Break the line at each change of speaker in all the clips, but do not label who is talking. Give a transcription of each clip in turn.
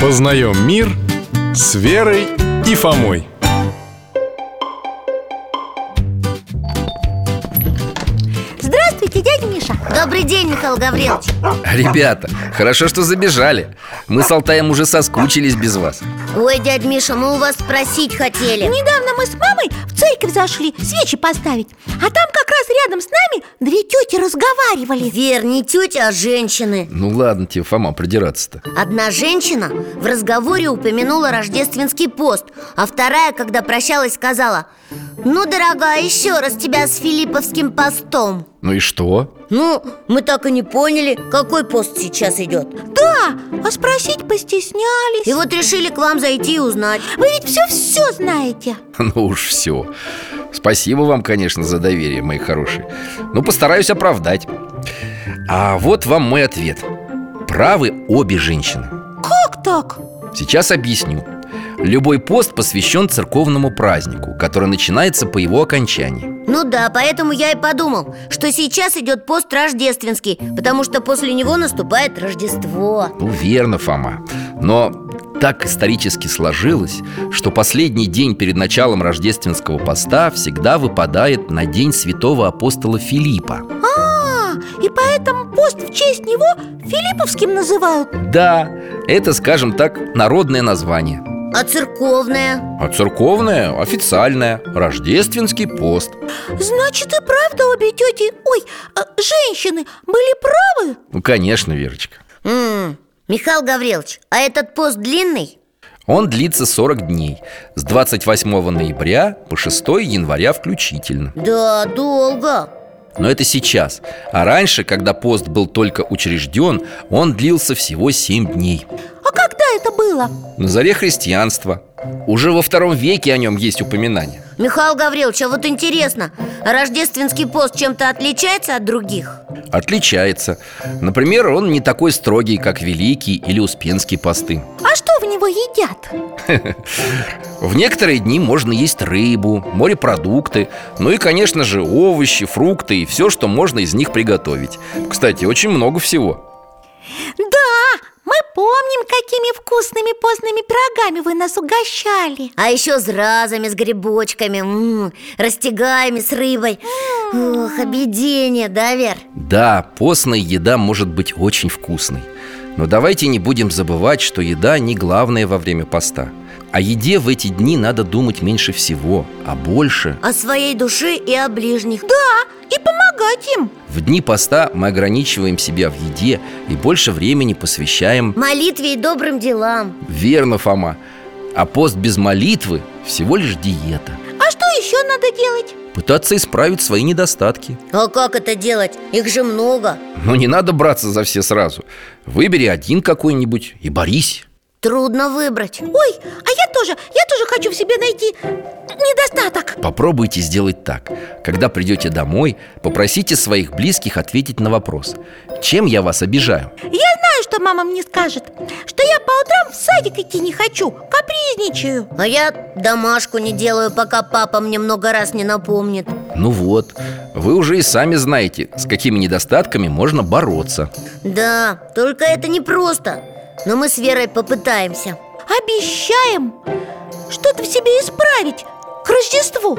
Сознаем мир с Верой и Фомой
Здравствуйте, дядя Миша
Добрый день, Михаил Гаврилович
Ребята, хорошо, что забежали Мы с Алтаем уже соскучились без вас
Ой, дядь Миша, мы у вас спросить хотели
Недавно мы с мамой в церковь зашли свечи поставить А там как раз рядом с нами две тети разговаривали
Вер, не тетя, а женщины
Ну ладно тебе, Фома, придираться-то
Одна женщина в разговоре упомянула рождественский пост А вторая, когда прощалась, сказала Ну, дорогая, еще раз тебя с филипповским постом
Ну и что?
Ну, мы так и не поняли, какой пост сейчас идет
Да, а спросить постеснялись
И вот решили к вам зайти и узнать
Вы ведь все-все знаете
Ну уж все Спасибо вам, конечно, за доверие, мои хорошие Ну постараюсь оправдать А вот вам мой ответ Правы обе женщины
Как так?
Сейчас объясню Любой пост посвящен церковному празднику, который начинается по его окончании
Ну да, поэтому я и подумал, что сейчас идет пост рождественский Потому что после него наступает Рождество
Ну, верно, Фома Но так исторически сложилось, что последний день перед началом рождественского поста всегда выпадает на день святого апостола Филиппа
А, и поэтому пост в честь него Филипповским называют
Да, это, скажем так, народное название
А церковное?
А церковное, официальное, рождественский пост
Значит, и правда обе тети, ой, э, женщины были правы?
Ну, конечно, Верочка
М, Михаил Гаврилович, а этот пост длинный?
Он длится 40 дней С 28 ноября по 6 января включительно
Да, долго
Но это сейчас А раньше, когда пост был только учрежден Он длился всего 7 дней
А когда это было?
На заре христианства Уже во втором веке о нем есть упоминания
Михаил Гаврилович, а вот интересно а Рождественский пост чем-то отличается от других?
Отличается Например, он не такой строгий, как Великий или Успенский посты
А что в него едят?
В некоторые дни можно есть рыбу, морепродукты Ну и, конечно же, овощи, фрукты и все, что можно из них приготовить Кстати, очень много всего
Да, мы помним, какими вкусными поздними пирогами вы нас угощали
А еще с разами, с грибочками, м, растягаями, с рыбой Ох, объедение, да, Вер?
Да, постная еда может быть очень вкусной Но давайте не будем забывать, что еда не главное во время поста О еде в эти дни надо думать меньше всего, а больше
О своей душе и о ближних
Да, и помогать им
В дни поста мы ограничиваем себя в еде и больше времени посвящаем
Молитве и добрым делам
Верно, Фома А пост без молитвы всего лишь диета
А что еще надо делать?
Пытаться исправить свои недостатки
А как это делать? Их же много
Но не надо браться за все сразу Выбери один какой-нибудь и борись
Трудно выбрать
Ой, а я тоже, я тоже хочу в себе найти недостаток
Попробуйте сделать так Когда придете домой, попросите своих близких ответить на вопрос Чем я вас обижаю?
Я знаю, что мама мне скажет Что я по утрам в садик идти не хочу, капризничаю
А я домашку не делаю, пока папа мне много раз не напомнит
Ну вот, вы уже и сами знаете, с какими недостатками можно бороться
Да, только это непросто Но мы с Верой попытаемся
Обещаем что-то в себе исправить к Рождеству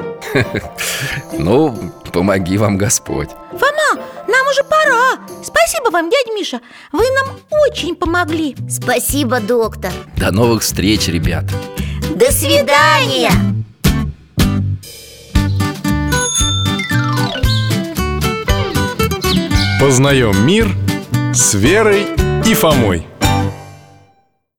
Ну, помоги вам Господь
Фома, нам уже пора Спасибо вам, дядя Миша Вы нам очень помогли
Спасибо, доктор
До новых встреч, ребята
До свидания!
Познаем мир с Верой и Фомой